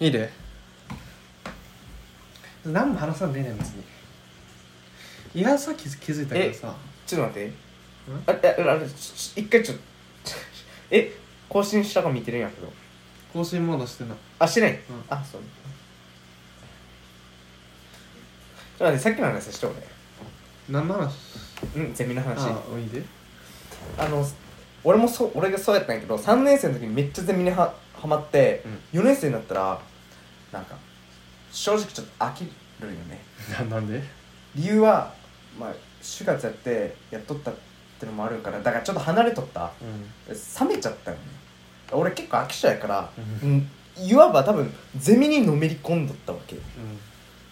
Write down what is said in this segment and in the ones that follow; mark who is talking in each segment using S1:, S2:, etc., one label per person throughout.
S1: いいで何も話さんでええねん別にいやさっき気づいたけどさ
S2: ちょっと待ってあれあれあれちち一回ちょっ とえ更新したか見てるんやけど
S1: 更新モードしてない
S2: あしてない、うん
S1: ん、
S2: あそうちょっと待ってさっきの話して俺
S1: 何の話
S2: うんゼミの話
S1: ああいいで
S2: あの俺もそう俺がそうやったんやけど3年生の時にめっちゃゼミにははまって、四4年生になったらなんか正直ちょっと飽きるよね
S1: ななんで
S2: 理由はまあ就活やってやっとったってのもあるからだからちょっと離れとった
S1: うん
S2: 冷めちゃったよね俺結構飽き性やから、うん、いわば多分ゼミにのめり込んどったわけ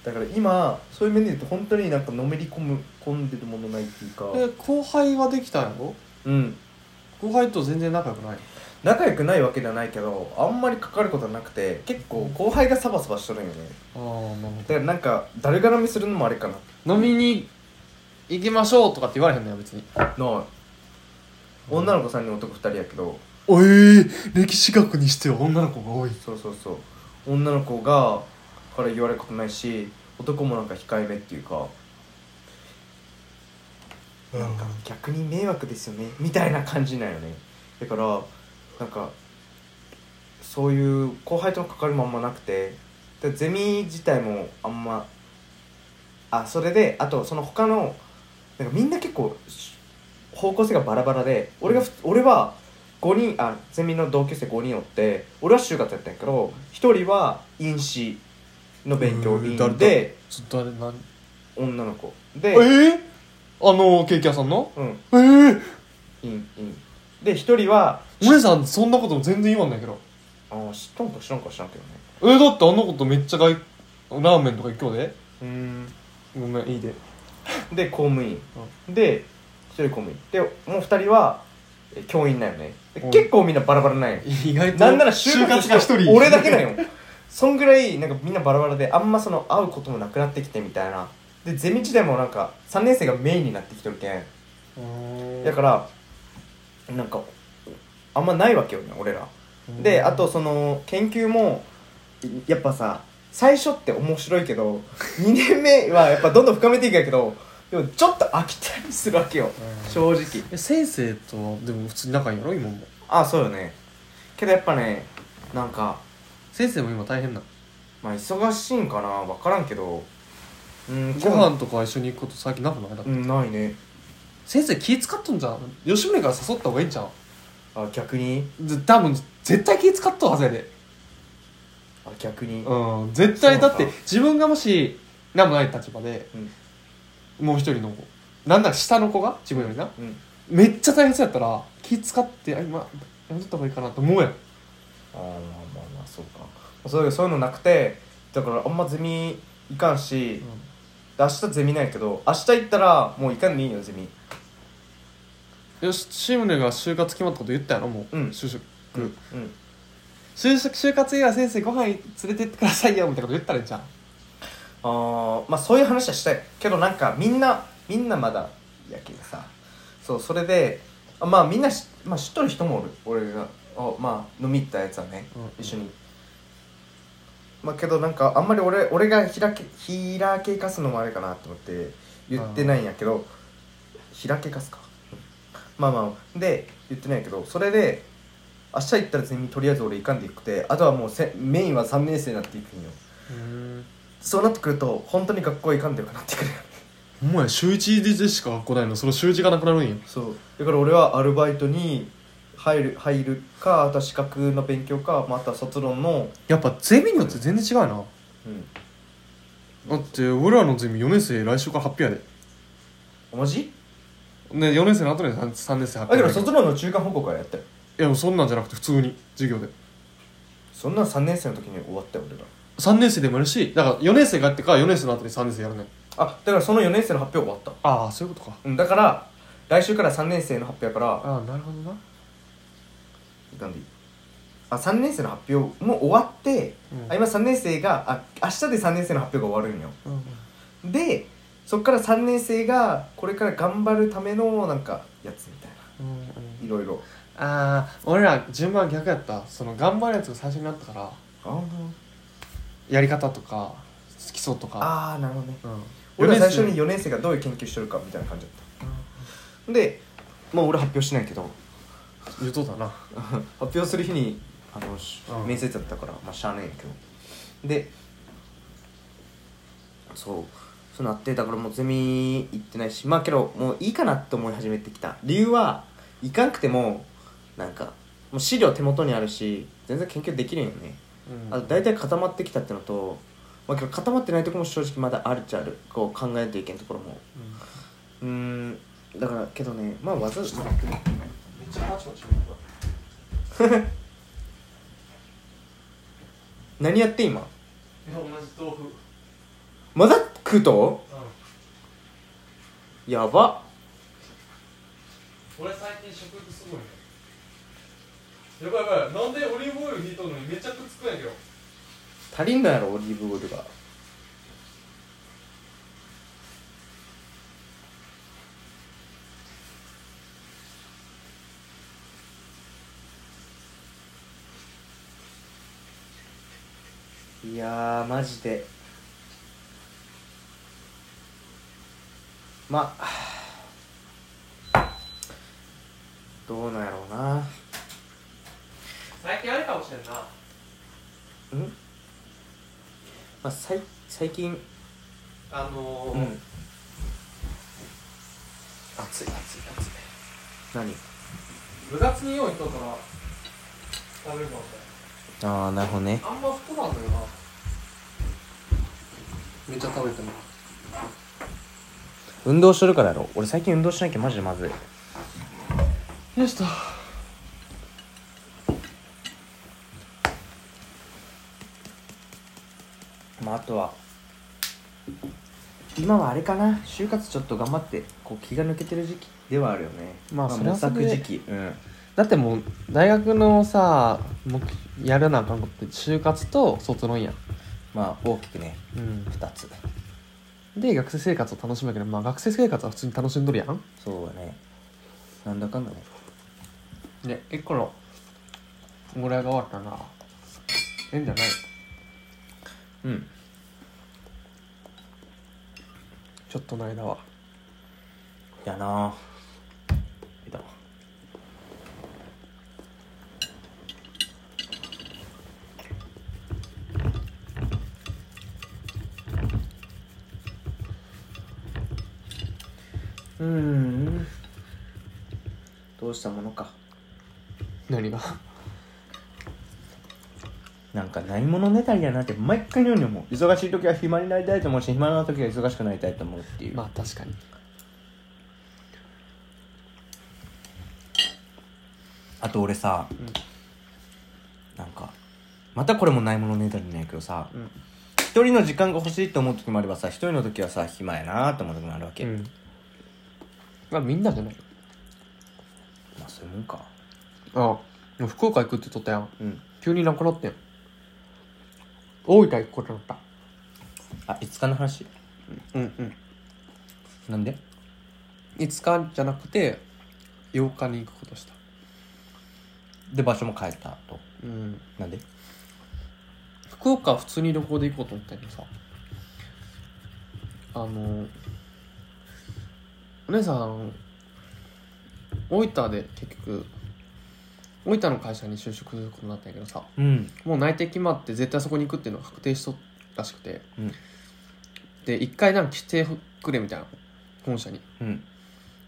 S2: だから今そういう面で言うと本当になんかのめり込む込んでるものないっていうか
S1: で後輩はできたんやろ
S2: うん
S1: 後輩と全然仲良くない
S2: 仲良くないわけではないけどあんまりかかることはなくて結構後輩がサバサバしとるんよね
S1: ああなるほ
S2: だからなんか誰絡みするのもあれかな
S1: ど飲みに行きましょうとかって言われへんのよ別に
S2: ない女の子3人男2人やけど
S1: おえー、歴史学にしては女の子が多い
S2: そうそうそう女の子がから言われることないし男もなんか控えめっていうかなんか逆に迷惑ですよねみたいな感じなんよねだからなんかそういう後輩との関わりもあんまなくてでゼミ自体もあんまあそれであとその他のなんかみんな結構し方向性がバラバラで俺がふ俺は5人あゼミの同級生5人おって俺は就活やったんやけど1人は飲酒の勉強
S1: うーん
S2: 員
S1: 誰
S2: で
S1: ちょっとあれ何
S2: 女の子
S1: え
S2: で、
S1: ー、あのケーキ屋さんの
S2: うん、
S1: ええー、
S2: 員員で1人は
S1: お姉さんそんなことも全然言わんないけど
S2: あー知っとんか知らんか知らんけどね
S1: えー、だってあの子とめっちゃ外ラーメンとか行くで
S2: うん
S1: ごめんいいで
S2: で公務員、で一人公務員でもう二人はえ教員なんよねで
S1: うん
S2: 結構みんなバラバラなんよ
S1: 意外と
S2: なんなら就活が一人俺だけなん
S1: よ
S2: よそんぐらいなんかみんなバラバラであんまその会うこともなくなってきてみたいなでゼミ時代もなんか3年生がメインになってきてるけんだからなんかあんまないわけよね俺らであとその研究もいやっぱさ最初って面白いけど2 年目はやっぱどんどん深めていくんやけどでもちょっと飽きたりするわけよ
S1: うん
S2: 正直
S1: え先生とはでも普通に仲いいやろ今も
S2: あそうよねけどやっぱねなんか
S1: 先生も今大変な
S2: まあ忙しいんかな分からんけどうん
S1: ご飯とか一緒に行くこと最近なくないだって
S2: うんないね
S1: 先生気使っとんじゃん吉宗から誘った方がいいんじゃ
S2: あ逆に
S1: んぜ多分絶対気使っとるはずやで
S2: あ逆に
S1: うん絶対だって
S2: そうか
S1: 自分がもし何もない立場で
S2: うん
S1: もう一人の子なんなら下の子が自分よりな
S2: うん
S1: めっちゃ大変そうやったら気使ってあ今やめとった方がいいかなと思うやん
S2: あーまあまあまあそうかそうそういうのなくてだからあんまゼミいかんし、で明日ゼミなんやけど明日行ったらもう行かんでいいよゼミ
S1: よしチームが就活決まったこと言ったやろもう、
S2: うん
S1: 就職
S2: うん、
S1: 就職就活以外先生ご飯連れてってくださいよみたいなこと言ったらいいじゃん
S2: あーまあそういう話はしたいけどなんかみんなみんなまだやけどさそうそれであまあみんなし、まあ、知っとる人もおる俺があまあ飲み行ったやつはね、
S1: うん
S2: 一緒にまあけどなんかあんまり俺俺が開け開けかすのもあれかなと思って言ってないんやけど開けかすかまあまあで言ってないけどそれで明日行ったら全員とりあえず俺行かんでいくてあとはもうせメインは3年生になっていくんよ
S1: うん
S2: そうなってくると本当に学校行かんでよくなってくる
S1: お前週1でしか学校ないのその週1がなくなるんよ
S2: そうだから俺はアルバイトに入る入るかあとは資格の勉強かまた卒論の
S1: やっぱゼミによって全然違うな
S2: うん
S1: だって俺らのゼミ4年生来週から発表やで
S2: 同じ
S1: ね4年生の後に 3, 三年生
S2: だ
S1: 発表
S2: けど
S1: や
S2: 卒論の中間報告からやったよ
S1: いやもうそんなんじゃなくて普通に授業で
S2: そんなん3年生の時に終わったよ俺ら
S1: 3年生でもやるしだから4年生がやってから4年生の後に3年生やるね
S2: あだからその4年生の発表終わった
S1: ああそういうことか
S2: うんだから来週から3年生の発表やから
S1: ああなるほどな
S2: 行かんでいいあ3年生の発表も終わって、
S1: うん
S2: あ今3年生があ明日で3年生の発表が終わるんよ
S1: うん
S2: でそっから3年生がこれから頑張るためのなんかやつみたいな
S1: うんうん
S2: いろいろ
S1: ああ俺ら順番逆やったその頑張るやつが最初になったから
S2: あ
S1: やり方とか基礎とか、
S2: ああなるほどね
S1: うん、
S2: 俺は最初
S1: 四
S2: に
S1: 年
S2: 4年生がどういう研究してるかみたいな感じだったでまあ俺発表しないけど
S1: 生言うとったな
S2: 発表する日にあのし
S1: うん
S2: 面接だったからまあしゃあないけどでそうそうなってだからもうゼミ行ってないしまあけどもういいかなって思い始めてきた理由は行かんくてもなんかもう資料手元にあるし全然研究できるんよねあと大体固まってきたってのと、まあ、けど固まってないところも正直まだあるっちゃあるこう考えないといけんところも
S1: うん
S2: うーんだからけどねまあ技
S1: めっちゃパチパチ
S2: 何やって
S1: い
S2: 今
S1: や同じ豆腐、うん、
S2: まだ食うとやば
S1: 俺最近食欲すごいねやばいやばいなんでオリーブオイル引いとんのにめっちゃくっつくんやけど
S2: 足りんのやろオリーブオイルがいやーマジでまあどうなんやろうな
S1: 最近あれかもしれんな
S2: うんまあさい最近
S1: あのー
S2: うん暑い暑い暑い何
S1: 部活に用意しとったら食べるかもし
S2: ああなるほどね
S1: れんあんま太らんのよなめっちゃ食べても
S2: 運動してるからやろ俺最近運動しなきゃマジでまずい
S1: よしと
S2: まああとは今はあれかな就活ちょっと頑張ってこう気が抜けてる時期ではあるよね
S1: まあそれ
S2: 模
S1: はそれ
S2: 索
S1: で
S2: 時期うん
S1: だってもう大学のさもうやるなあかんことって就活と卒論やん
S2: まあ大きくね
S1: うん
S2: 2つ
S1: で学生生活を楽しむけど、まあ、学生生活は普通に楽しんどるやん
S2: そうだねなんだかんだね
S1: ねえこのぐらいが終わったらええんじゃない
S2: うん
S1: ちょっとの間は
S2: やなあえだうーんどうしたものか
S1: 何が
S2: なんかないものねだりやなって毎回のように思う忙しい時は暇になりたいと思うし暇な時は忙しくなりたいと思うっていう、
S1: まあ確かに
S2: あと俺さ、
S1: ん
S2: なんかまたこれもないものねだりなんやけどさ、
S1: うん
S2: 一人の時間が欲しいと思う時もあればさ一人の時はさ暇やなと思う時もあるわけ、
S1: うんまあみんなじゃない
S2: まあそういうもんか
S1: ああ福岡行くって言っとったやん
S2: うん
S1: 急になくなってん大分行くことになっ
S2: あ5日の話
S1: たうんうん
S2: なんで
S1: 5日じゃなくて8日に行くことした
S2: で場所も変えたと
S1: うん
S2: なんで
S1: 福岡は普通に旅行で行こうと思ったけどさあのお姉さん大分で結局大分の会社に就職することになったんやけどさ
S2: うん
S1: もう内定決まって絶対そこに行くっていうのが確定しとったらしくて、
S2: うん
S1: で一回なんか来てくれみたいな本社に
S2: うん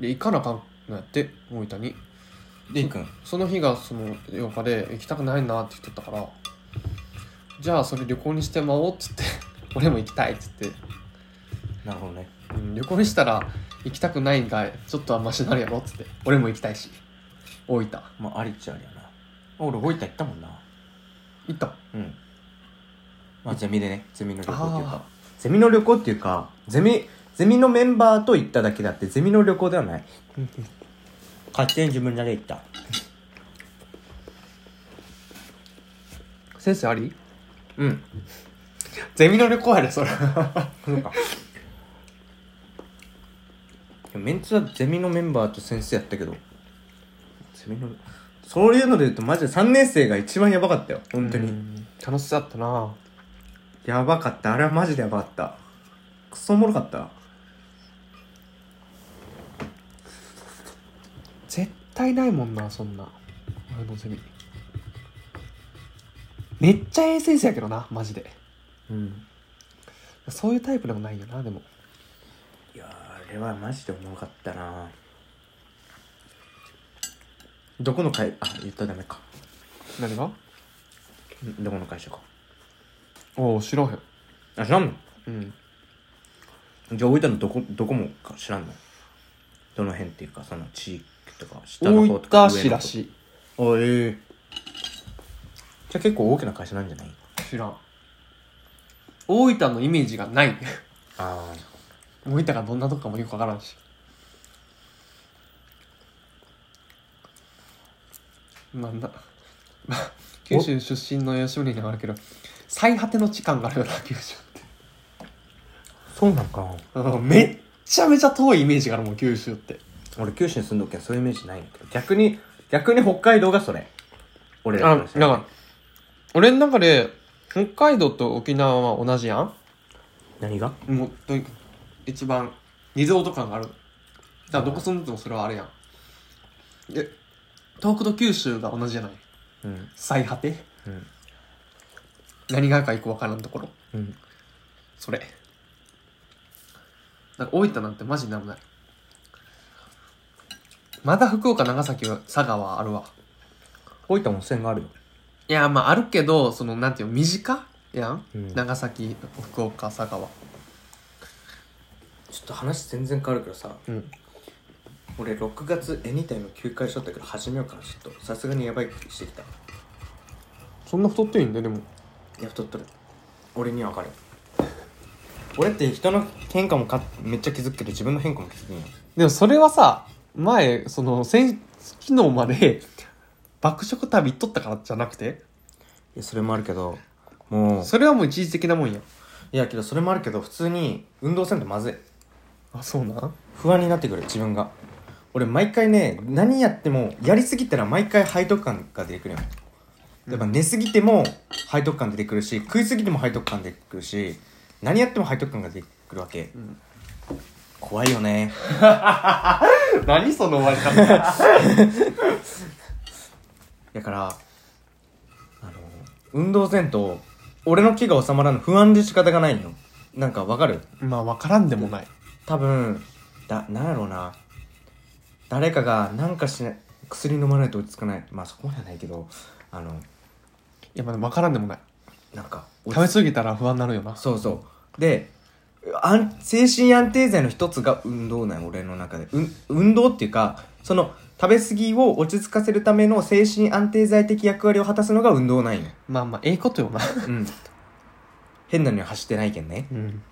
S1: で行かなあかんのやって大分に
S2: でいくん
S1: その日がその8日で行きたくないなって言ってたからじゃあそれ旅行にしてまおうっつって 俺も行きたいっつって、
S2: なるほどね
S1: うん、旅行にしたら行きたくないんがちょっとはマシになるやろっつって俺も行きたいし大分行
S2: まあありっちゃありやな俺大分行ったもんな
S1: った
S2: うんまあゼミでねゼミの旅行っていう
S1: あ
S2: かゼミの旅行っていうかゼミゼミのメンバーと行っただけだってゼミの旅行ではない勝手に自分らで行った
S1: 先生あり
S2: うん
S1: ゼミの旅行やでそれ
S2: そうかメンツはゼミのメンバーと先生やったけどゼミのそういうので言うとマジで3年生が一番やばかったよ本当に、
S1: うん楽しそうだったな
S2: やばかったあれはマジでやばかったクソおもろかった
S1: 絶対ないもんなそんな俺のゼミめっちゃええ先生やけどなマジで
S2: うん
S1: そういうタイプでもないよなでも
S2: いやあれはマジでおもろかったなどこの会あ言ったらダメか
S1: 何が
S2: んどこの会社か
S1: おお知らへん
S2: あ知らんの
S1: うん
S2: じゃあ大分のどこどこもか知らんのどの辺っていうかその地域とか下の
S1: 大
S2: 方とか
S1: 分市ら
S2: い
S1: しい
S2: あええじゃあ結構大きな会社なんじゃない
S1: 知らん大分のイメージがない
S2: ああ
S1: 大分がどんなとこかもよくわからんしなんだ まあ九州出身の吉宗にはあるけど最果ての地感があるよな九州
S2: そうなんか
S1: うん めっちゃめちゃ遠いイメージがあるもん九州って
S2: 俺九州に住んどっけんそういうイメージないんだけど逆に逆に北海道がそれ俺ら
S1: あ
S2: の
S1: だ
S2: 話
S1: から俺の中で北海道と沖縄は同じやん
S2: 何が
S1: もうとにかく一番リゾート感があるだからどこ住んでてもそれはあれやんで東北と九州が同じじゃない
S2: うん
S1: 最果て
S2: うん
S1: 何があるかよくわからんところ
S2: うん
S1: それなんか大分なんてマジなんもないまだ福岡長崎は佐賀はあるわ
S2: 大分温泉があるよ
S1: いやまああるけどそのなんていうの身近やん、
S2: うん
S1: 長崎福岡佐川
S2: ちょっと話全然変わるけどさ
S1: うん
S2: 俺6月エニタイム休会しとったけど始めようかなちょっとさすがにやばい気してきた
S1: そんな太っていいんだでも
S2: いや太っとる俺には分かる俺って人の変化もかめっちゃ気づくけど自分の変化も気づくんよ
S1: でもそれはさ前その先昨日まで 爆食旅行っとったからじゃなくて
S2: いやそれもあるけどもう
S1: それはもう一時的なもんや
S2: いやけどそれもあるけど普通に運動せんとまずい
S1: あそうなん
S2: 不安になってくる自分が俺毎回ね何やってもやりすぎたら毎回背徳感が出てくるよやっぱ寝すぎても背徳感出てくるし食いすぎても背徳感出てくるし何やっても背徳感が出てくるわけ、
S1: ん
S2: 怖いよね
S1: 何その終わり方
S2: だからあの運動せんと俺の気が収まらぬ不安で仕方がないよなんかわかる
S1: まあ分からんでもない
S2: 多分だなんやろうな誰かがなんかしない薬飲まないと落ち着かないまあそこまではないけどあの
S1: いやまあ分からんでもない
S2: なんか
S1: 食べ過ぎたら不安になるよな
S2: そうそうで安精神安定剤の一つが運動なんよ俺の中で、うん、運動っていうかその食べ過ぎを落ち着かせるための精神安定剤的役割を果たすのが運動なんよ、
S1: まあまあええことよな
S2: うん、変なのには走ってないけんね
S1: うん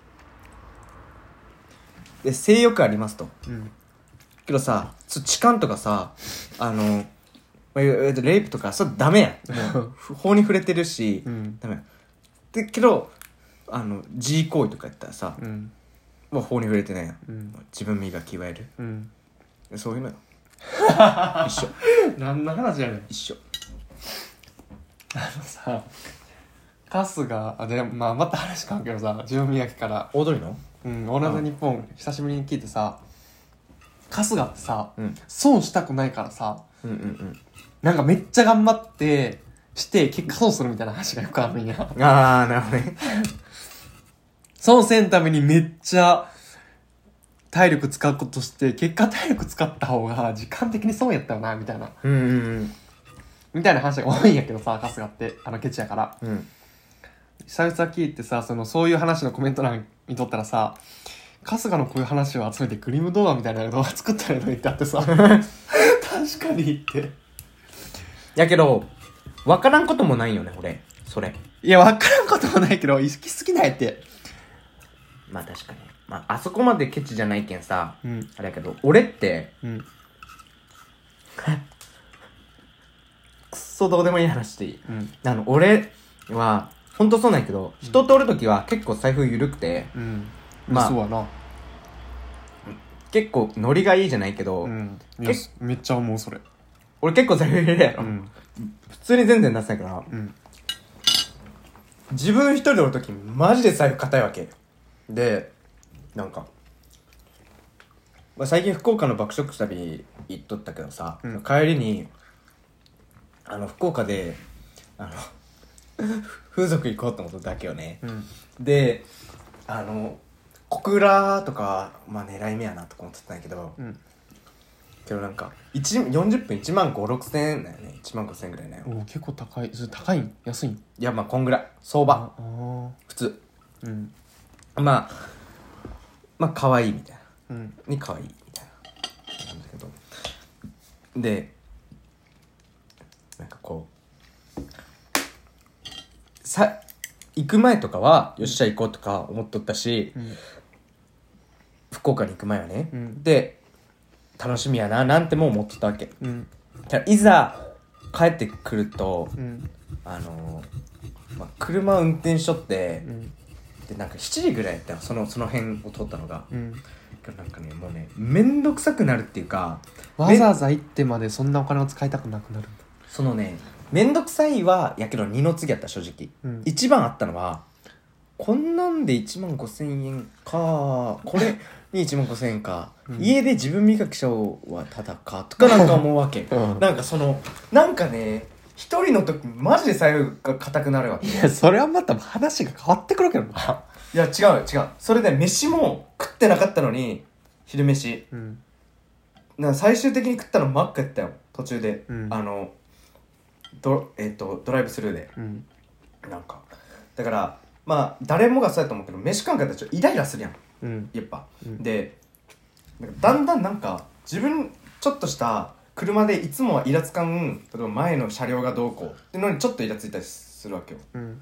S2: で性欲ありますと
S1: うん
S2: けどさそ痴漢とかさあのまあえっとレイプとかそれダメやんも う法に触れてるし、
S1: うん
S2: ダメやんでけどあの G 行為とかやったらさ、
S1: うん
S2: もう法に触れてないやん
S1: うん
S2: 自分磨きいわゆる
S1: うん
S2: そういう のよ一緒
S1: 何の話やねん
S2: 一緒
S1: さ春日あでまあまた話変わるけどさ自分磨きから
S2: 大通りの
S1: うん「オールナイトニッポン」久しぶりに聞いてさ春日ってさ
S2: うん
S1: 損したくないからさ
S2: うんうん
S1: なんかめっちゃ頑張ってして結果損するみたいな話がよくあるんや
S2: うんああなるほどね
S1: 損せんためにめっちゃ体力使うことして結果体力使った方が時間的に損やったよなみたいな
S2: うんうん
S1: みたいな話が多いんやけどさ春日ってあのケチやから
S2: うんうん
S1: 久々聞いてさそのそういう話のコメント欄見とったらさ春日のこういう話を集めてクリーム動画みたいな動画作ったらいいのにってあってさ確かにって
S2: やけど分からんこともないよね俺それ
S1: いや分からんこともないけど意識好きなんやって
S2: まあ確かにまああそこまでケチじゃないけんさ
S1: うん
S2: あれやけど俺って
S1: うん
S2: くっそどうでもいい話でいい
S1: うん
S2: あの俺はほんとそうなんやけど人とおる時は結構財布緩くて
S1: うん
S2: まあ
S1: そうやな
S2: 結構ノリがいいじゃないけど、
S1: うんいや
S2: え
S1: めっちゃ思うそれ
S2: 俺結構財布緩いやろ、
S1: ん
S2: 普通に全然出せないから
S1: うん
S2: 自分一人でおる時マジで財布硬いわけでなんか、まあ、最近福岡の爆食旅行っとったけどさ、
S1: うん
S2: 帰りにあの福岡であの 風俗行こうと思っただけよね、
S1: うん
S2: であの小倉とかまあ狙い目やなとか思ってたんやけど、
S1: うん
S2: けどなんか1 40分1万5 6千円だよね1万5千円ぐらいだよ、
S1: おー結構高いそれ高いん安いん
S2: いやまあこんぐらい相場
S1: あー
S2: 普通
S1: うん
S2: まあまあ可愛いみたいな
S1: うん
S2: に可愛いみたいななんだけどでなんかこうさ行く前とかはよっしゃ行こうとか思っとったし、
S1: うん
S2: 福岡に行く前はね、
S1: うん
S2: で楽しみやななんても思ってたわけ
S1: うん
S2: ただいざ帰ってくると
S1: うん
S2: あのーまあ、車運転しとって
S1: う、ん
S2: でなんか7時ぐらいやったのそのその辺を通ったのが、
S1: うん
S2: なんかねもうね面倒くさくなるっていうか
S1: わざわざ行ってまでそんなお金を使いたくなくなるんだ
S2: そのね面倒くさいはやけど二の次やった正直、
S1: うん
S2: 一番あったのはこんなんで1万5000円かこれに1万5000円か、
S1: うん
S2: 家で自分磨きしちゃおうはただかとかなんか思うわ け、
S1: うん
S2: なんかそのなんかね一人の時マジで財布が硬くなるわけ
S1: いやそれはまた話が変わってくるけどな
S2: いや違うよ違うそれで飯も食ってなかったのに昼飯
S1: うん
S2: な最終的に食ったのマックやったよ途中で、
S1: うん
S2: あのド,、えっとドライブスルーで
S1: うん
S2: なんかだからまあ誰もがそうやと思うけど飯感覚ってちょっとイライラするやん
S1: うん
S2: やっぱ、
S1: うん
S2: でなんかだんだんなんか自分ちょっとした車でいつもはイラつかん例えば前の車両がどうこうってのにちょっとイラついたりするわけよ、
S1: うん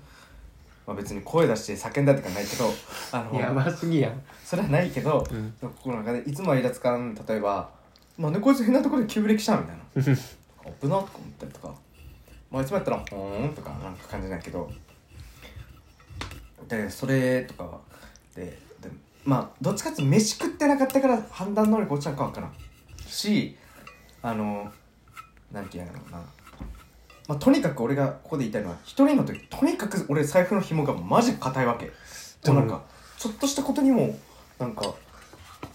S2: まあ、別に声出して叫んだとかないけどあの
S1: やばすぎやん
S2: それはないけど、
S1: うん
S2: 心の中でいつもはイラつかん例えば「なんでこいつ変なところで急ブレーキしたん?」みたいな 危なとか思ったりとか、まあ、いつもやったら「ほーん」とかなんか感じないけどでそれとかはででまあどっちかっていうと飯食ってなかったから判断能力落ちたんかわからんしあのなんて言うんやろうな、まあ、とにかく俺がここで言いたいのは一人の時とにかく俺財布の紐がマジ硬いわけもうなんかちょっとしたことにもなんか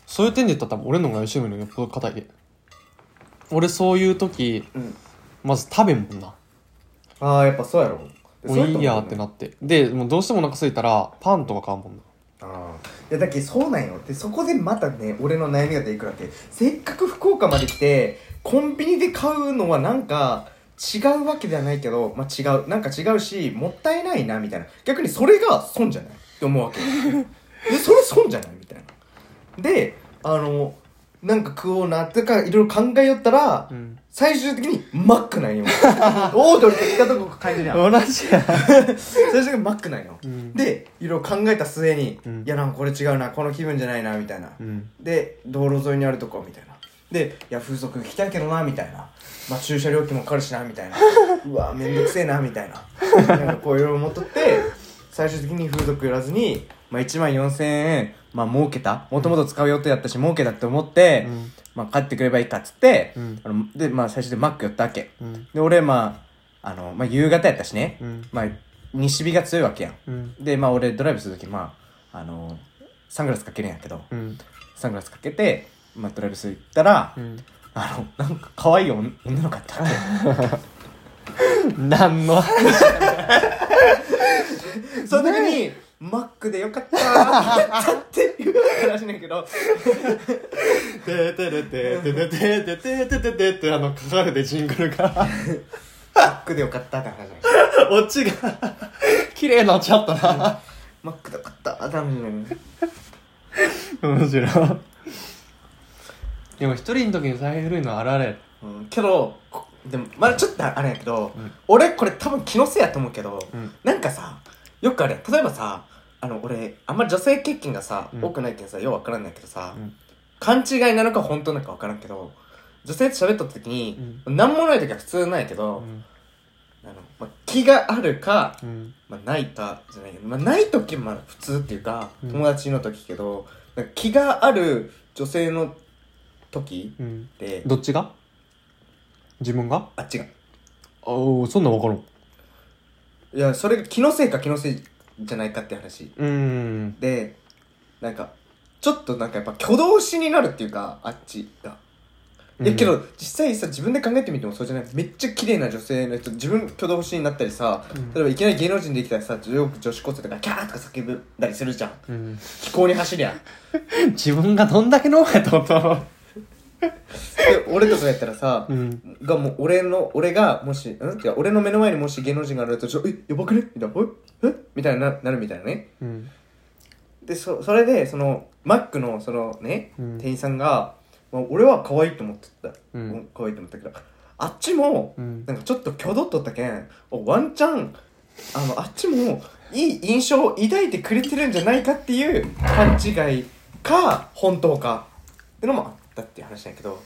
S1: そういう点で言ったら多分俺の方が吉村のよっぽど硬いで俺そういう時
S2: うん
S1: まず食べんもんな
S2: ああやっぱそうやろ
S1: もういいやってな
S2: っ
S1: ってでもうどうしてもお腹空いたらパンとか買うもんな
S2: ていやだけどそうなんよでそこでまたね俺の悩みが出てくるわけせっかく福岡まで来てコンビニで買うのはなんか違うわけではないけど、まあ、違うなんか違うしもったいないなみたいな逆にそれが損じゃないって思う わけでそれ損じゃないみたいなであのなんか食おうなとかいろいろ考えよったら、
S1: ん
S2: 最終的にマック なんよオードリーと行ったとこ感じるやん
S1: じや
S2: 最終的にマックなんよ、
S1: うん
S2: でいろいろ考えた末に、
S1: うん
S2: いやなんかこれ違うなこの気分じゃないなみたいな、
S1: うん
S2: で道路沿いにあるとこみたいなでいや風俗行きたいけどなみたいな、まあ、駐車料金もかかるしな みたいなうわめんどくせえなみたいななんかこういろいろ持っとって最終的に風俗売らずに、まあ、1万4000円まあ儲けたもともと使う予定だったし儲けたって思って、
S1: うん
S2: まあ帰ってくればいいかっつって、
S1: うん
S2: あのでまあ最終的にマック寄ったわけ
S1: うん
S2: で俺まああの、まあ、夕方やったしね、
S1: うん
S2: まあ西日が強いわけやん
S1: うん
S2: でまあ俺ドライブする時まああのサングラスかけるんやけど
S1: うん
S2: サングラスかけて、まあ、ドライブする行ったら、
S1: う
S2: あのなんか可愛い女女の子やったわ け
S1: ん何の話
S2: その時に「マックでよかった」 っていう話なんやけど
S1: ててててててててててててあのかかるでジングルが
S2: 「マックでよかった」って話なんやけど
S1: オチが綺麗になっちゃったな
S2: マックでよかった」って話なんやけど
S1: 面白いでも一人の時に財布古いのはあるある
S2: うんけどこでもまだちょっとあれやけど、
S1: うん
S2: 俺これ多分気のせいやと思うけど、
S1: うん
S2: なんかさよくあれ例えばさあの俺あんまり女性経験がさ、
S1: うん
S2: 多くないけどさようわからんないけどさ、
S1: うん
S2: 勘違いなのか本当なのかわからんけど女性と喋っとった時に、なん、何もない時は普通ないけど、
S1: うん
S2: あのまあ、気があるか、
S1: うん
S2: まあ、ないかじゃないけど、まあ、ない時も普通っていうか、
S1: うん
S2: 友達の時けどなんか気がある女性の時
S1: うん
S2: って、
S1: どっちが自分が
S2: あ違う
S1: おおそんなん分かるん
S2: いやそれが気のせいか気のせいじゃないかって話
S1: うん
S2: でなんかちょっとなんかやっぱ挙動しになるっていうかあっちがいやけど実際さ自分で考えてみてもそうじゃないめっちゃ綺麗な女性の人自分挙動不審になったりさ
S1: うん
S2: 例えばいきなり芸能人できたらさよく女子高生とかキャーとか叫ぶたりするじゃん
S1: うん
S2: 気候に走りゃ
S1: 自分がどんだけ飲めとと
S2: で俺とかやったらさ
S1: うん
S2: がもう俺の俺がもしんってか俺の目の前にもし芸能人があるとちょえやばくねみたいなええみたいにななるみたいなね
S1: うん
S2: でそそれでそのマックのそのね
S1: うん
S2: 店員さんが、まあ、俺は可愛いと思ってた、
S1: うん
S2: 可愛いと思ったけどあっちも
S1: うん
S2: なんかちょっと挙動っとったけんおワンチャンあのあっちもいい印象を抱いてくれてるんじゃないかっていう勘違いか本当かってのもあったっていう話だけど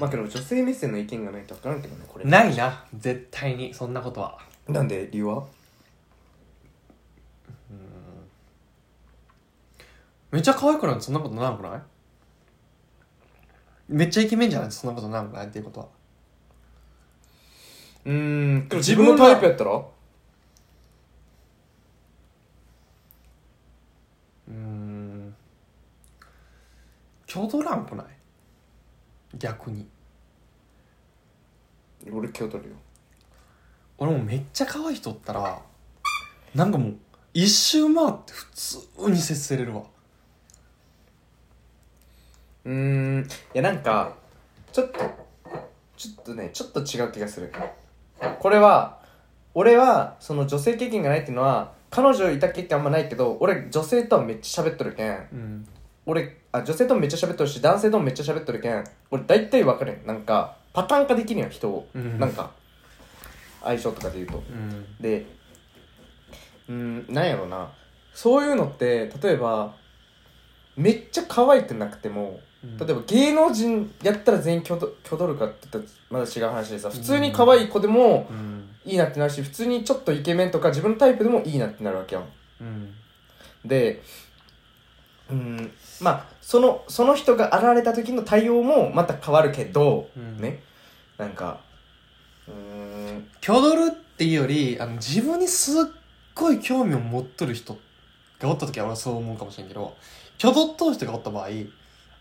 S2: まあけど女性目線の意見がないと分からんけどねこれ
S1: ないな絶対にそんなことは
S2: なんで理由は
S1: めっちゃ可愛くないそんなことなくないめっちゃイケメンじゃないそんなことなくないっていうことは
S2: うーんけど
S1: 自
S2: 自
S1: 分
S2: 分
S1: の
S2: のタ
S1: タイプ
S2: イプやったら
S1: うーん共同欄来ない逆に
S2: 俺気を取るよ
S1: 俺もめっちゃ可愛い人おったらなんかもう一周回って普通に接せれるわ
S2: うーんいやなんかちょっとちょっとねちょっと違う気がするこれは俺はその女性経験がないっていうのは彼女いた経験あんまないけど俺女性とはめっちゃ喋っとるけん
S1: うん
S2: 俺あ女性ともめっちゃ喋っとるし男性ともめっちゃ喋っとるけん俺大体分かるやんなんかパターン化できるやん人を、
S1: うん
S2: なんか相性とかで言うと
S1: うん
S2: でうんなんやろなそういうのって例えばめっちゃ可愛くなくても例えば芸能人やったら全員挙動挙動るかって言ったらまだ違う話でさ普通に可愛い子でも
S1: うん
S2: いいなってなるし普通にちょっとイケメンとか自分のタイプでもいいなってなるわけやん
S1: うん
S2: でうんまあそのその人が現れた時の対応もまた変わるけど、
S1: うん
S2: ねなんかうーん
S1: 共同るっていうよりあの自分にすっごい興味を持っとる人がおった時は俺はそう思うかもしれんけど共同っとる人がおった場合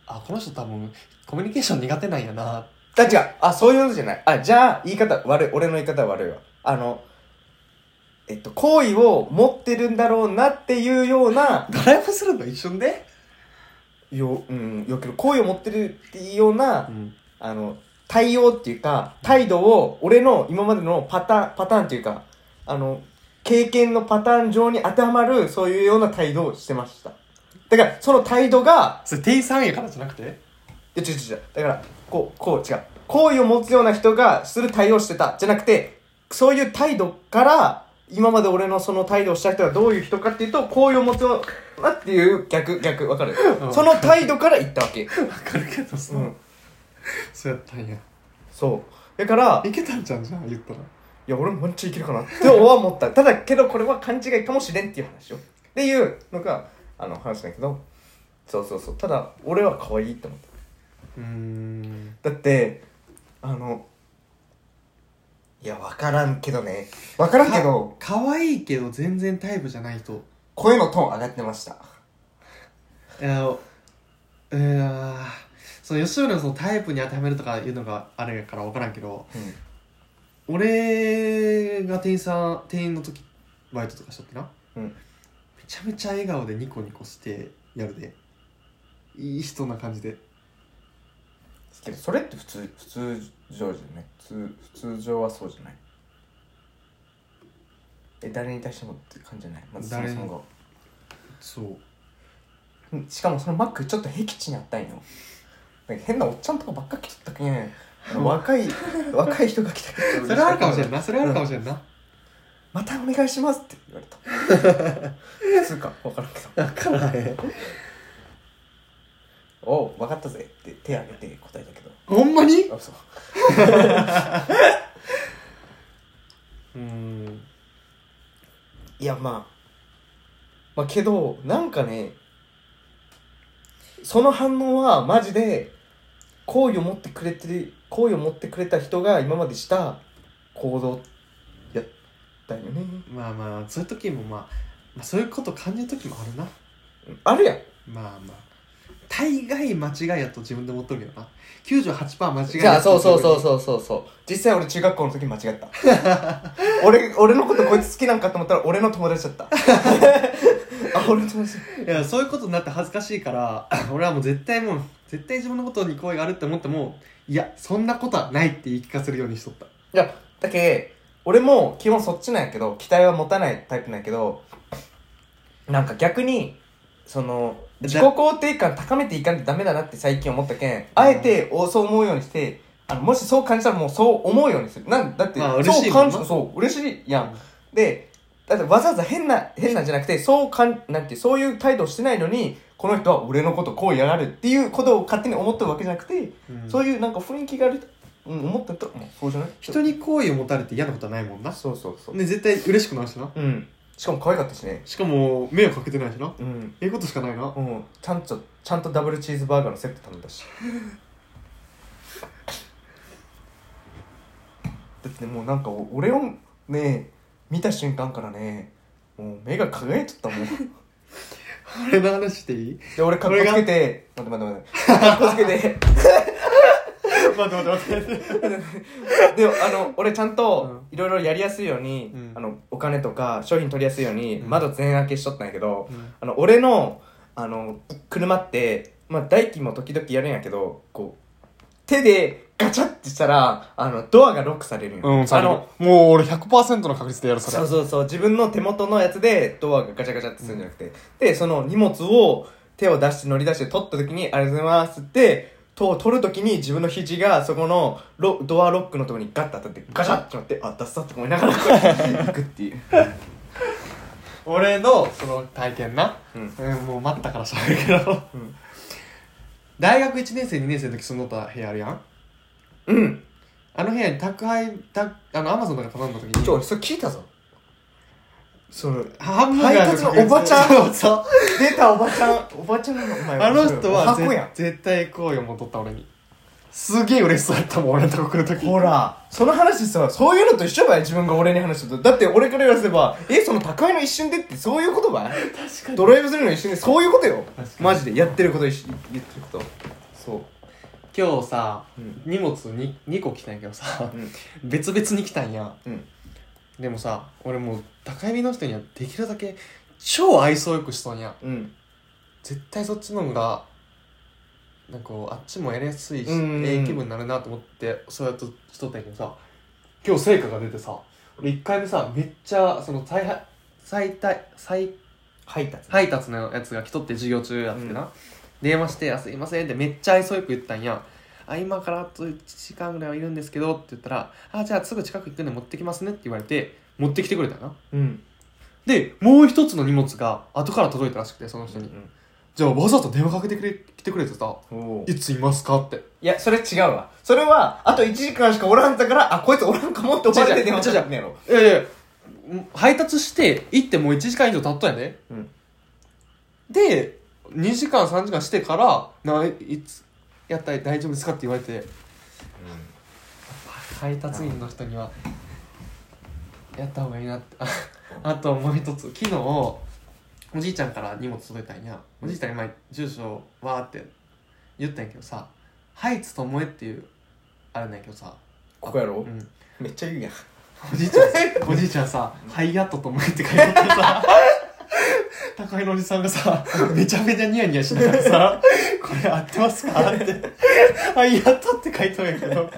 S1: あこの人多分コミュニケーション苦手なんやな
S2: あ違うあそういうのじゃないあじゃあ言い方悪い俺の言い方悪いわあのえっと好意を持ってるんだろうなっていうような
S1: ドライブするの一瞬で
S2: ようんよけど好意を持ってるっていうような、
S1: うん
S2: あの、対応っていうか、態度を、俺の今までのパターン、パターンっていうか、あの、経験のパターン上に当てはまる、そういうような態度をしてました。だから、その態度が、
S1: それ店員さんやからじゃなくて
S2: いや、違う違う違う。だから、こう、こう、違う。好意を持つような人がする対応をしてた。じゃなくて、そういう態度から、今まで俺のその態度をした人はどういう人かっていうと、好意を持つようなっていう逆、逆、わかる、
S1: うん
S2: その態度から言ったわけ。
S1: わかるけどさ、
S2: うん。
S1: そうやったんや
S2: そう。だから、
S1: いけたんじゃんじゃん言ったら
S2: いや俺もめっちゃいけるかなっては思ったただけどこれは勘違いかもしれんっていう話よっていうのがあの話だけどそうそうそうただ俺は可愛いって思っ
S1: うーん
S2: ただってあのいや分からんけどね分からんけど
S1: かわいいけど全然タイプじゃない人
S2: 声のトーン上がってました
S1: いやうーんその吉村のそのタイプに当てはめるとかいうのがあれやから分からんけど俺が店員さん店員の時バイトとかしとってな、
S2: うん
S1: めちゃめちゃ笑顔でニコニコしてやるでいい人な感じで
S2: けどそれって普通普通常じゃない普通普通常はそうじゃないえ誰に対してもって感じじゃないまずそもそもが
S1: そう
S2: うんしかもそのマックちょっと僻地にあったんよなんか変なおっちゃんとかばっか来ちゃった けんあの若い若い人が来たけ
S1: それはあるかもしれん
S2: い
S1: なそれはあるかもしれんな、
S2: またお願いしますって言われた 普通か分からんけど
S1: だからね
S2: おう分かったぜって手挙げて答えたけど
S1: ほんまに
S2: あそう
S1: うん
S2: いやまあまあけどなんかねその反応はマジで好意を持ってくれてる好意を持ってくれた人が今までした行動やだよね
S1: まあまあそういう時も、まあ、まあそういうこと感じる時もあるな
S2: あるやん
S1: まあまあ大概間違いやと自分で思っとるけどな98%間違い
S2: じゃあそうそうそう
S1: う
S2: そうそうそう実際俺中学校の時間違った俺俺のことこいつ好きなんかと思ったら俺の友達だったあ俺の友達
S1: いやそういうことになって恥ずかしいから 俺はもう絶対もう絶対自分のことに好意があるって思ってもいやそんなことはないって言い聞かせるようにしとった
S2: いやだけ俺も基本そっちなんやけど期待は持たないタイプなんやけどなんか逆にその
S1: だ
S2: 自己肯定感高めていかんとダメだなって最近思ったけんあえておそう思うようにしてあのもしそう感じたらもうそう思うようにするなんだって、
S1: まあ嬉しい
S2: そ
S1: うもん
S2: 感
S1: な
S2: じそう嬉しいやんでだってわざわざ変な変なんじゃなくてそうかんなんてそういう態度をしてないのにこの人は俺のことこうやがるっていうことを勝手に思ってるわけじゃなくて、
S1: うん
S2: そういうなんか雰囲気があると、うん、思ってたらもうそうじゃない
S1: 人に好意を持たれて嫌なことはないもんな
S2: そうそうそう、
S1: で絶対嬉しくなるしな
S2: うんしかも可愛かったしね
S1: しかも迷惑かけてないしな
S2: うん、
S1: ええことしかないな
S2: うん、ちゃんとちゃんとダブルチーズバーガーのセット頼んだしだってもうなんかお俺をね見た瞬間からねもう目が輝いとったもん
S1: 俺の話していい
S2: で俺かっこつけて待って待って待ってかっこつけて
S1: 待って待って待って
S2: であの俺ちゃんと
S1: う
S2: いろいろやりやすいように、
S1: うん
S2: あのお金とか商品取りやすいように
S1: うん
S2: 窓全開けしとったんやけど、あの俺のあの車って、まあ、代金も時々やるんやけどこう手でガチャってしたらあのドアがロックされるんよ、
S1: うん、
S2: あの
S1: もう俺100%の確率でやるそれ
S2: そうそうそう自分の手元のやつでドアがガチャガチャってするんじゃなくて、でその荷物を手を出して乗り出して取った時に「ありがとうございます」ってと取る時に自分の肘がそこのロドアロックのところにガッと当たってガチャってなってあダッサって思いながらこうやって行くっていう、
S1: 俺のその体験な、
S2: うん
S1: うん、もう待ったからしゃべるけど、
S2: ん
S1: 大学1年生2年生の時住んどった部屋あるやん
S2: うん
S1: あの部屋に宅配宅あのアマゾンとか頼んだ時に
S2: ちょ俺それ聞いたぞその
S1: ハン
S2: 配達のおばちゃん
S1: そうそう
S2: 出たおばちゃんおばちゃんのお前
S1: あの人は
S2: お箱や
S1: ぜ絶対好意を戻った俺にすげえ嬉しそうやったもん俺のとこ来る時
S2: んほらその話さそういうのと一緒ばい自分が俺に話すとだって俺から言わせればえその宅配の一瞬でってそういうことばい
S1: 確か
S2: ドライブするの一瞬でそういうことよ
S1: 確かに
S2: マジでやってること一緒言ってることそう
S1: 今日さ
S2: うん
S1: 荷物 2, 2個来たんやけどさ
S2: うん
S1: 別々に来たんや
S2: うん
S1: でもさ俺もう高見の人にはできるだけ超愛想よくしそうにゃ
S2: うん
S1: 絶対そっちの方がなんかこうあっちもやりやすいし
S2: うん
S1: ええ気分になるなと思ってそうやっとしとったんやけどさ今日成果が出てさ俺1回目さめっちゃその再配再対再
S2: 配達い
S1: 配達のやつが来とって授業中やってな、
S2: う
S1: 電話して「あすいません」ってめっちゃ愛想よく言ったんや「あ今からあと1時間ぐらいはいるんですけど」って言ったら「あじゃあすぐ近く行くんで持ってきますね」って言われて持ってきてくれたよな
S2: うん
S1: でもう一つの荷物が後から届いたらしくてその人に、じゃあわざと電話かけてくれ来てくれてさ
S2: うん
S1: 「
S2: おー
S1: いついますか?」って
S2: いやそれ違うわそれはあと1時間しかおらんだからあこいつおらんかもって思われて電話しちゃうんやろ
S1: いやいやうん配達して行ってもう1時間以上経ったんやで、
S2: うん
S1: で2時間3時間してから「ないつやったら大丈夫ですか?」って言われて配達員の人にはやった方がいいなってあ あともう一つ昨日おじいちゃんから荷物届いたんやおじいちゃんに前住所をわーって言ったんやけどさ「ハイツともえ」っていうあれなんやけどさ、
S2: ここやろ
S1: うん、
S2: めっちゃ言うやん
S1: おじいちゃんさおじいちゃんさ「ハイヤットともえ」って書いてあってさ高井のおじさんがさめちゃめちゃニヤニヤしながらさ「これ合ってますか?」って「ハイヤット」って書いてあるんやけど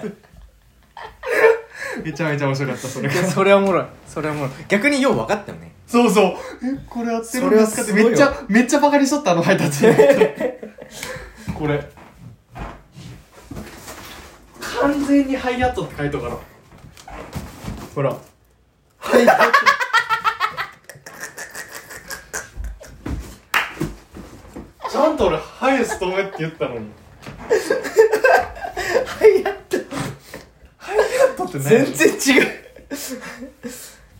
S1: めちゃめちゃ面白かったそれ
S2: いやそれはおもろいそれはおもろい逆によう分かったよね
S1: そうそうえこれ合ってるんですかって
S2: それはすご
S1: め
S2: いわ
S1: っちゃめっちゃバカにしとったあの配 達員これ完全にハイヤットって書いとからほらハイヤットちゃんと俺ハイス止めって言ったの に
S2: はやった
S1: ハイヤットってね
S2: 全然違う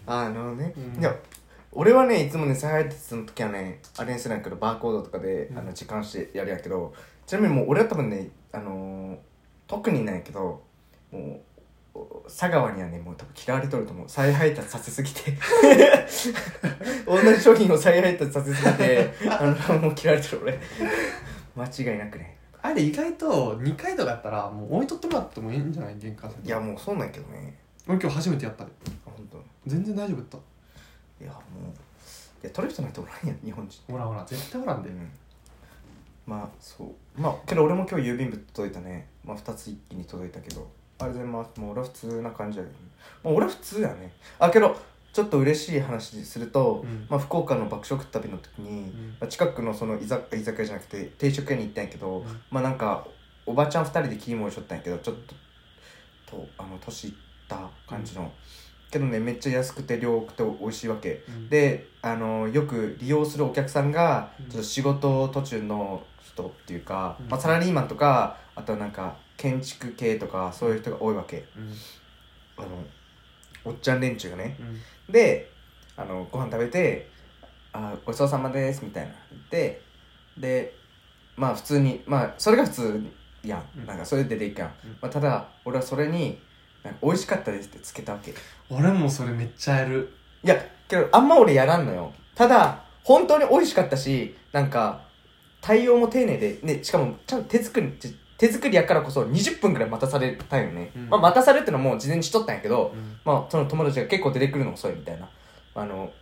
S2: あのね、
S1: うん
S2: いや俺はねいつもね再配達の時はねあれにするんやけどバーコードとかで、
S1: うん
S2: あの時間してやるんやけどちなみにもう俺は多分ねあのー特になんやけどもうお佐川にはねもう多分嫌われとると思う再配達させすぎ て同じ商品を再配達させすぎてあのもう嫌われてる俺間違いなくね
S1: あれ意外と2回とかやったらもう置いとってもらってもいいんじゃない玄関先
S2: いやもうそうなんやけどね
S1: 俺今日初めてやったで
S2: 本当
S1: 全然大丈夫だった
S2: いやもういや取る人なんておらんやん日本人
S1: ほらほら絶対ほらんで
S2: うんまあそうまあけど俺も今日郵便物届いたねまあ2つ一気に届いたけどあれでまあもう俺は普通な感じやけど、まあ、俺は普通やねあけどちょっと嬉しい話すると、
S1: うん
S2: まあ、福岡の爆食旅の時
S1: う
S2: に、
S1: ん
S2: まあ近くのその居酒居酒屋じゃなくて定食屋に行ったんやけど、
S1: うん
S2: まあなんかおばちゃん2人で切り盛りしとったんやけどちょっととあの年いった感じの、けどねめっちゃ安くて量多くて美味しいわけ
S1: うん
S2: であのよく利用するお客さんが
S1: うん
S2: ちょっと仕事途中の人っていうか、
S1: うん
S2: まあ、サラリーマンとかあとはなんか建築系とかそういう人が多いわけ
S1: うん
S2: あのおっちゃん連中がね
S1: うん
S2: であのご飯食べて「あごちそうさまです」みたいな言ってでまあ普通にまあそれが普通やん、
S1: うん
S2: なんかそれで出ていくやん、
S1: うん
S2: まあ、ただ俺はそれに「なんか美味しかったです」ってつけたわけ
S1: 俺もそれめっちゃやる
S2: いや、けど、あんま俺やらんのよ。ただ、本当に美味しかったし、なんか、対応も丁寧で、ね、しかも、ちゃんと手作り、ち手作りやからこそ20分くらい待たされたんよね。
S1: うん
S2: まあ、待たされるってのはもう事前にしとったんやけど、
S1: うん
S2: まあ、その友達が結構出てくるの遅いみたいな。あの、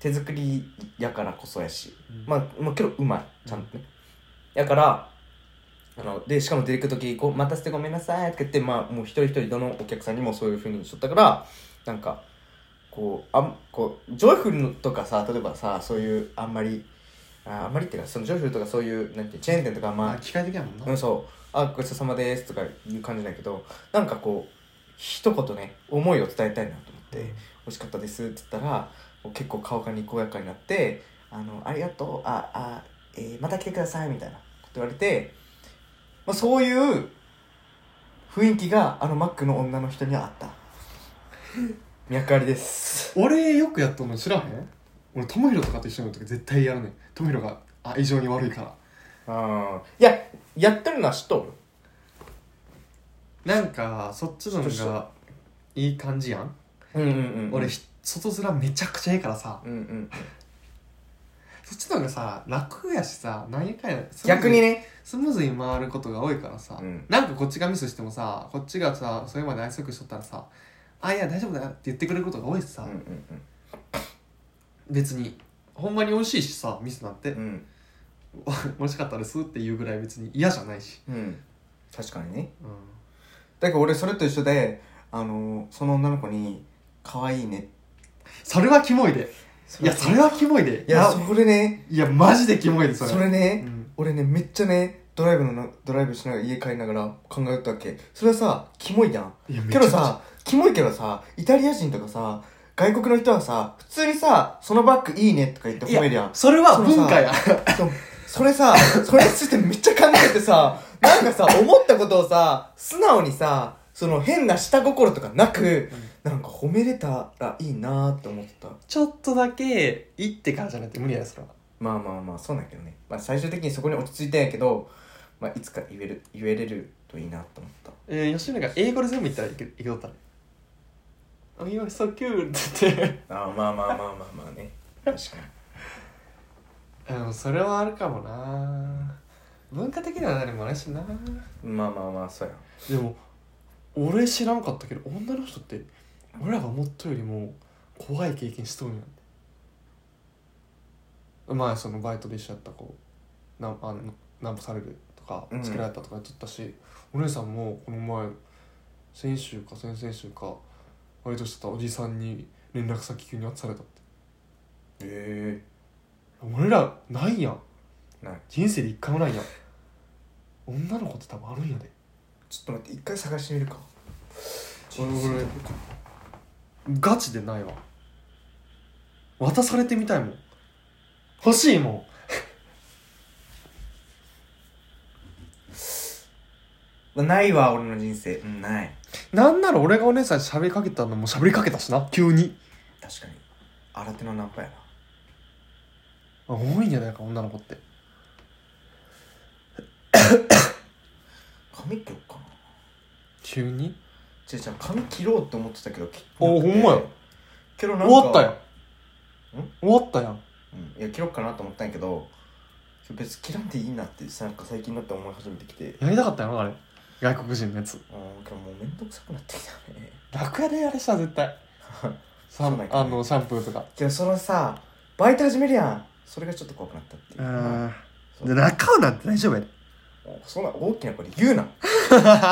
S2: 手作りやからこそやし、まあ、まあ、けどうまい。ちゃんとね。やから、あの、で、しかも出てくるとき、ご待たせてごめんなさいって言って、まあ、もう一人一人どのお客さんにもそういうふうにしとったから、なんか、こう、あん、こう、ジョイフルのとかさ、例えばさ、そういう、あんまり、ああんまりっていうか、そのジョイフルとかそういう、なんていう、チェーン店とか、
S1: ま
S2: まあ
S1: あ、機械的やもんな
S2: うん、そう。あ、ごちそうさまですとかいう感じだけど、なんかこう、一言ね、思いを伝えたいなと思って、
S1: うん
S2: 美味しかったですって言ったら、もう結構顔がにこやかになって、あの、ありがとう、あ、あ、えーまた来てくださいみたいなこと言われて、まあ、そういう雰囲気があのマックの女の人にはあった。脈あり です。
S1: 俺よくやっとんの知らへん俺ともひろとかと一緒の時絶対やるねんともひろがあ異常に悪いから
S2: うん。いや、やってるのは知っと
S1: なんかそっちの
S2: そう
S1: 方
S2: そう
S1: がいい感じやん、
S2: る。うんうんうん。
S1: 俺ひ外面めちゃくちゃええからさ
S2: うんうん。
S1: そっちの方がさ楽やしさ何やかんやスムーズ
S2: 逆にね、
S1: スムーズに回ることが多いからさ、
S2: うん
S1: なんかこっちがミスしてもさこっちがさそれまで愛想よくしとったらさ「あいや大丈夫だよ」って言ってくれることが多いし
S2: う
S1: さ、
S2: んうん
S1: 別にほんまに美味しいしさミスなんて、
S2: うん。うん。
S1: 美味しかったですっていうぐらい別に嫌じゃないし、
S2: うん確かにね
S1: うん、
S2: だけど俺それと一緒であのその女の子に「可愛いね
S1: それはキモいで」いやそれはキモいで
S2: いや
S1: な
S2: それね
S1: いやマジでキモいでそ
S2: そ
S1: れ
S2: れ
S1: う
S2: ね、
S1: ん、
S2: 俺ねめっちゃねドライブのなドライブしながら家帰りながら考えよったわけそれはさキモいやん
S1: いやめち
S2: け
S1: ゃく
S2: ど
S1: ちゃ
S2: さキモいけどさイタリア人とかさ外国の人はさ普通にさ「そのバッグいいね」とか言って
S1: い
S2: 褒めるや
S1: や
S2: ん
S1: それは文化や
S2: でもそれさそれについてめっちゃ考えてさなんかさ思ったことをさ素直にさその変な下心とかなく、なんか褒めれたらいいなーって思ってた
S1: ちょっとだけ行ってからじゃなくて無理やでそれは
S2: まあまあまあそうなんやけどね、まあ、最終的にそこに落ち着いたんやけど、まあ、いつか言える言えれるといいなと思った
S1: えー、吉永英語で全部言ったらいけいけとったね「あ今そキュール」って言って
S2: あーまあまあまあまあまあね 確か
S1: うんそれはあるかもな文化的には何もないしな
S2: にまあまあまあそうや
S1: でも俺知らんかったけど女の人って俺らが思ったよりも怖い経験しとるんやん前そのバイトで一緒やった子なんあのナンパされるとか
S2: うん
S1: つけられたとか言っとったし、お姉さんもこの前先週か先々週かバイトしてたおじさんに連絡先急に渡されたって
S2: へ
S1: 俺らないやん
S2: えない
S1: 人生で一回もないやん女の子って多分あるんやで
S2: ちょっと待って一回探してみるか
S1: 俺俺ガチでないわ渡されてみたいもん欲しいもん
S2: まあないわ俺の人生うんない
S1: なんなら俺がお姉さんに喋りかけたのも喋りかけたしな急に
S2: 確かに新手のナンパやな
S1: あ多いんじゃないか女の子って
S2: 髪切ろっかな
S1: 急に
S2: ちえちゃん髪切ろうって思ってたけど切
S1: あほんまや
S2: けどなん
S1: 終
S2: か
S1: わったやん
S2: ん
S1: 終わったやん
S2: うん、いや切ろうかなと思ったんやけど別に切らんでいいなってなんか最近になって思い始めてきて
S1: やりたかったやろあれ外国人のやつ
S2: あーけどもうめんどくさくなってきたね
S1: 楽やであれしたら絶対 シ
S2: そうなん
S1: ャ
S2: か
S1: あのシャンプーとか
S2: けどそのさバイト始めるやんそれがちょっと怖くなったっていう
S3: あ
S2: そ
S3: ーで
S2: う
S3: 中尾なんて大丈夫やで
S2: おそんな大きな声で 言うな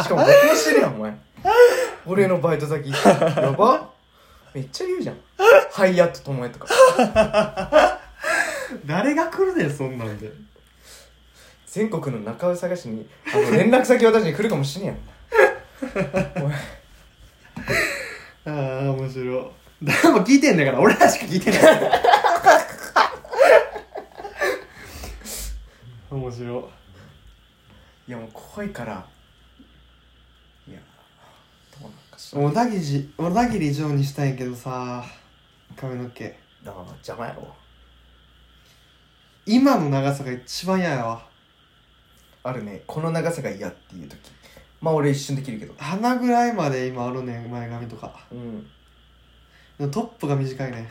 S2: しかも録音してるやん お前俺のバイト先やばめっちゃ言うじゃんハイヤットともえとか
S1: 誰が来るねんそんなんで
S2: 全国の中尾探しにあの連絡先私に来るかも しれんやんお前
S1: ああ面白い誰も聞いてんだから俺らしか聞いて ない面白い
S2: いやもう怖いからいやどうなんかしら
S1: 小田切小田切ジョーにしたいけどさ髪の毛
S2: だから邪魔やろ
S1: 今の長さが一番嫌やわ
S2: あるねこの長さが嫌っていう時まあ俺一瞬できるけど
S1: 鼻ぐらいまで今あるねん前髪とか
S2: うん
S1: でもトップが短いねん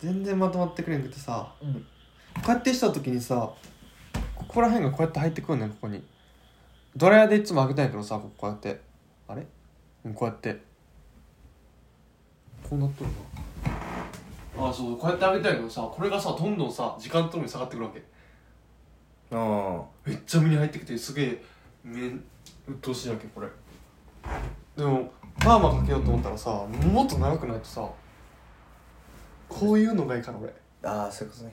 S1: 全然まとまってくれんくてさ
S2: うん
S1: こうやってした時にさここら辺がこうやって入ってくんねんここにドライヤーでいつも開けたんやけどさこここうやってあれうんこうやってこうなっとるなああそうこうやって開けたんやけどさこれがさどんどんさ時間とともに下がってくるわけ
S2: あ
S1: めっちゃ目に入ってきてすげえめんうっとうしいわけこれでもパーマかけようと思ったらさもっと長くないとさこういうのがいいから俺
S2: ああそういうことね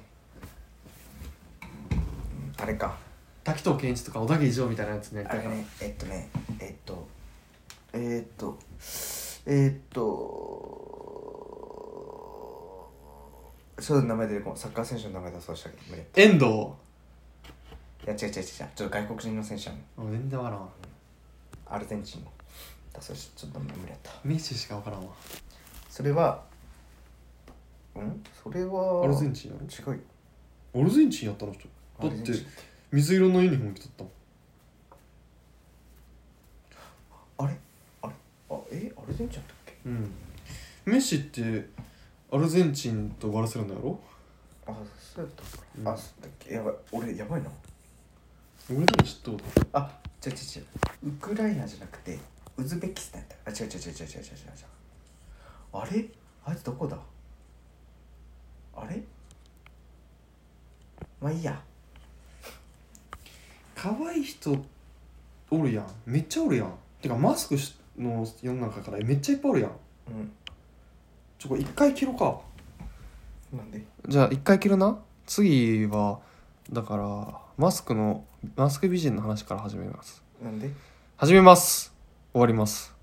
S2: うんあれか
S1: 滝藤健一とか小田切城みたいなやつね
S2: あれねえっとねえっとえっとえっとちょっと名前出てこんサッカー選手の名前出そうしたけど無理
S1: 遠藤も
S2: いや違う違う違う違うちょっと外国人の選手やもん
S1: う全然わからんわ
S2: アルゼンチンの出そうしたちょっと無理やった
S1: メッシしかわからんわ
S2: それはうんそれは
S1: アルゼンチンや
S2: 違うよ
S1: ろアルゼンチンやったの人
S2: アル
S1: だっ
S2: ゼン
S1: て
S2: チン
S1: 水色のユニフォーム着とったもん
S2: あれあれあえアルゼンチンだったっけ
S1: うんメッシってアルゼンチンとバルセロナやろ
S2: あそうだったか
S1: うん
S2: なあそうだっけやばい俺やばいな
S1: 俺でも知っとる
S2: あ違う違う違うウクライナじゃなくてウズベキスタンだあ違う違う違う違う違う違う違うあれあいつどこだあれまあいいや
S1: 可愛い人おるやんめっちゃおるやんてかマスクしの世の中からめっちゃいっぱいおるやん
S2: うん
S1: ちょこれ一回切ろうか
S2: なんで
S1: じゃあ一回切るな次はだからマスクのマスク美人の話から始めます
S2: なんで
S1: 始めます終わります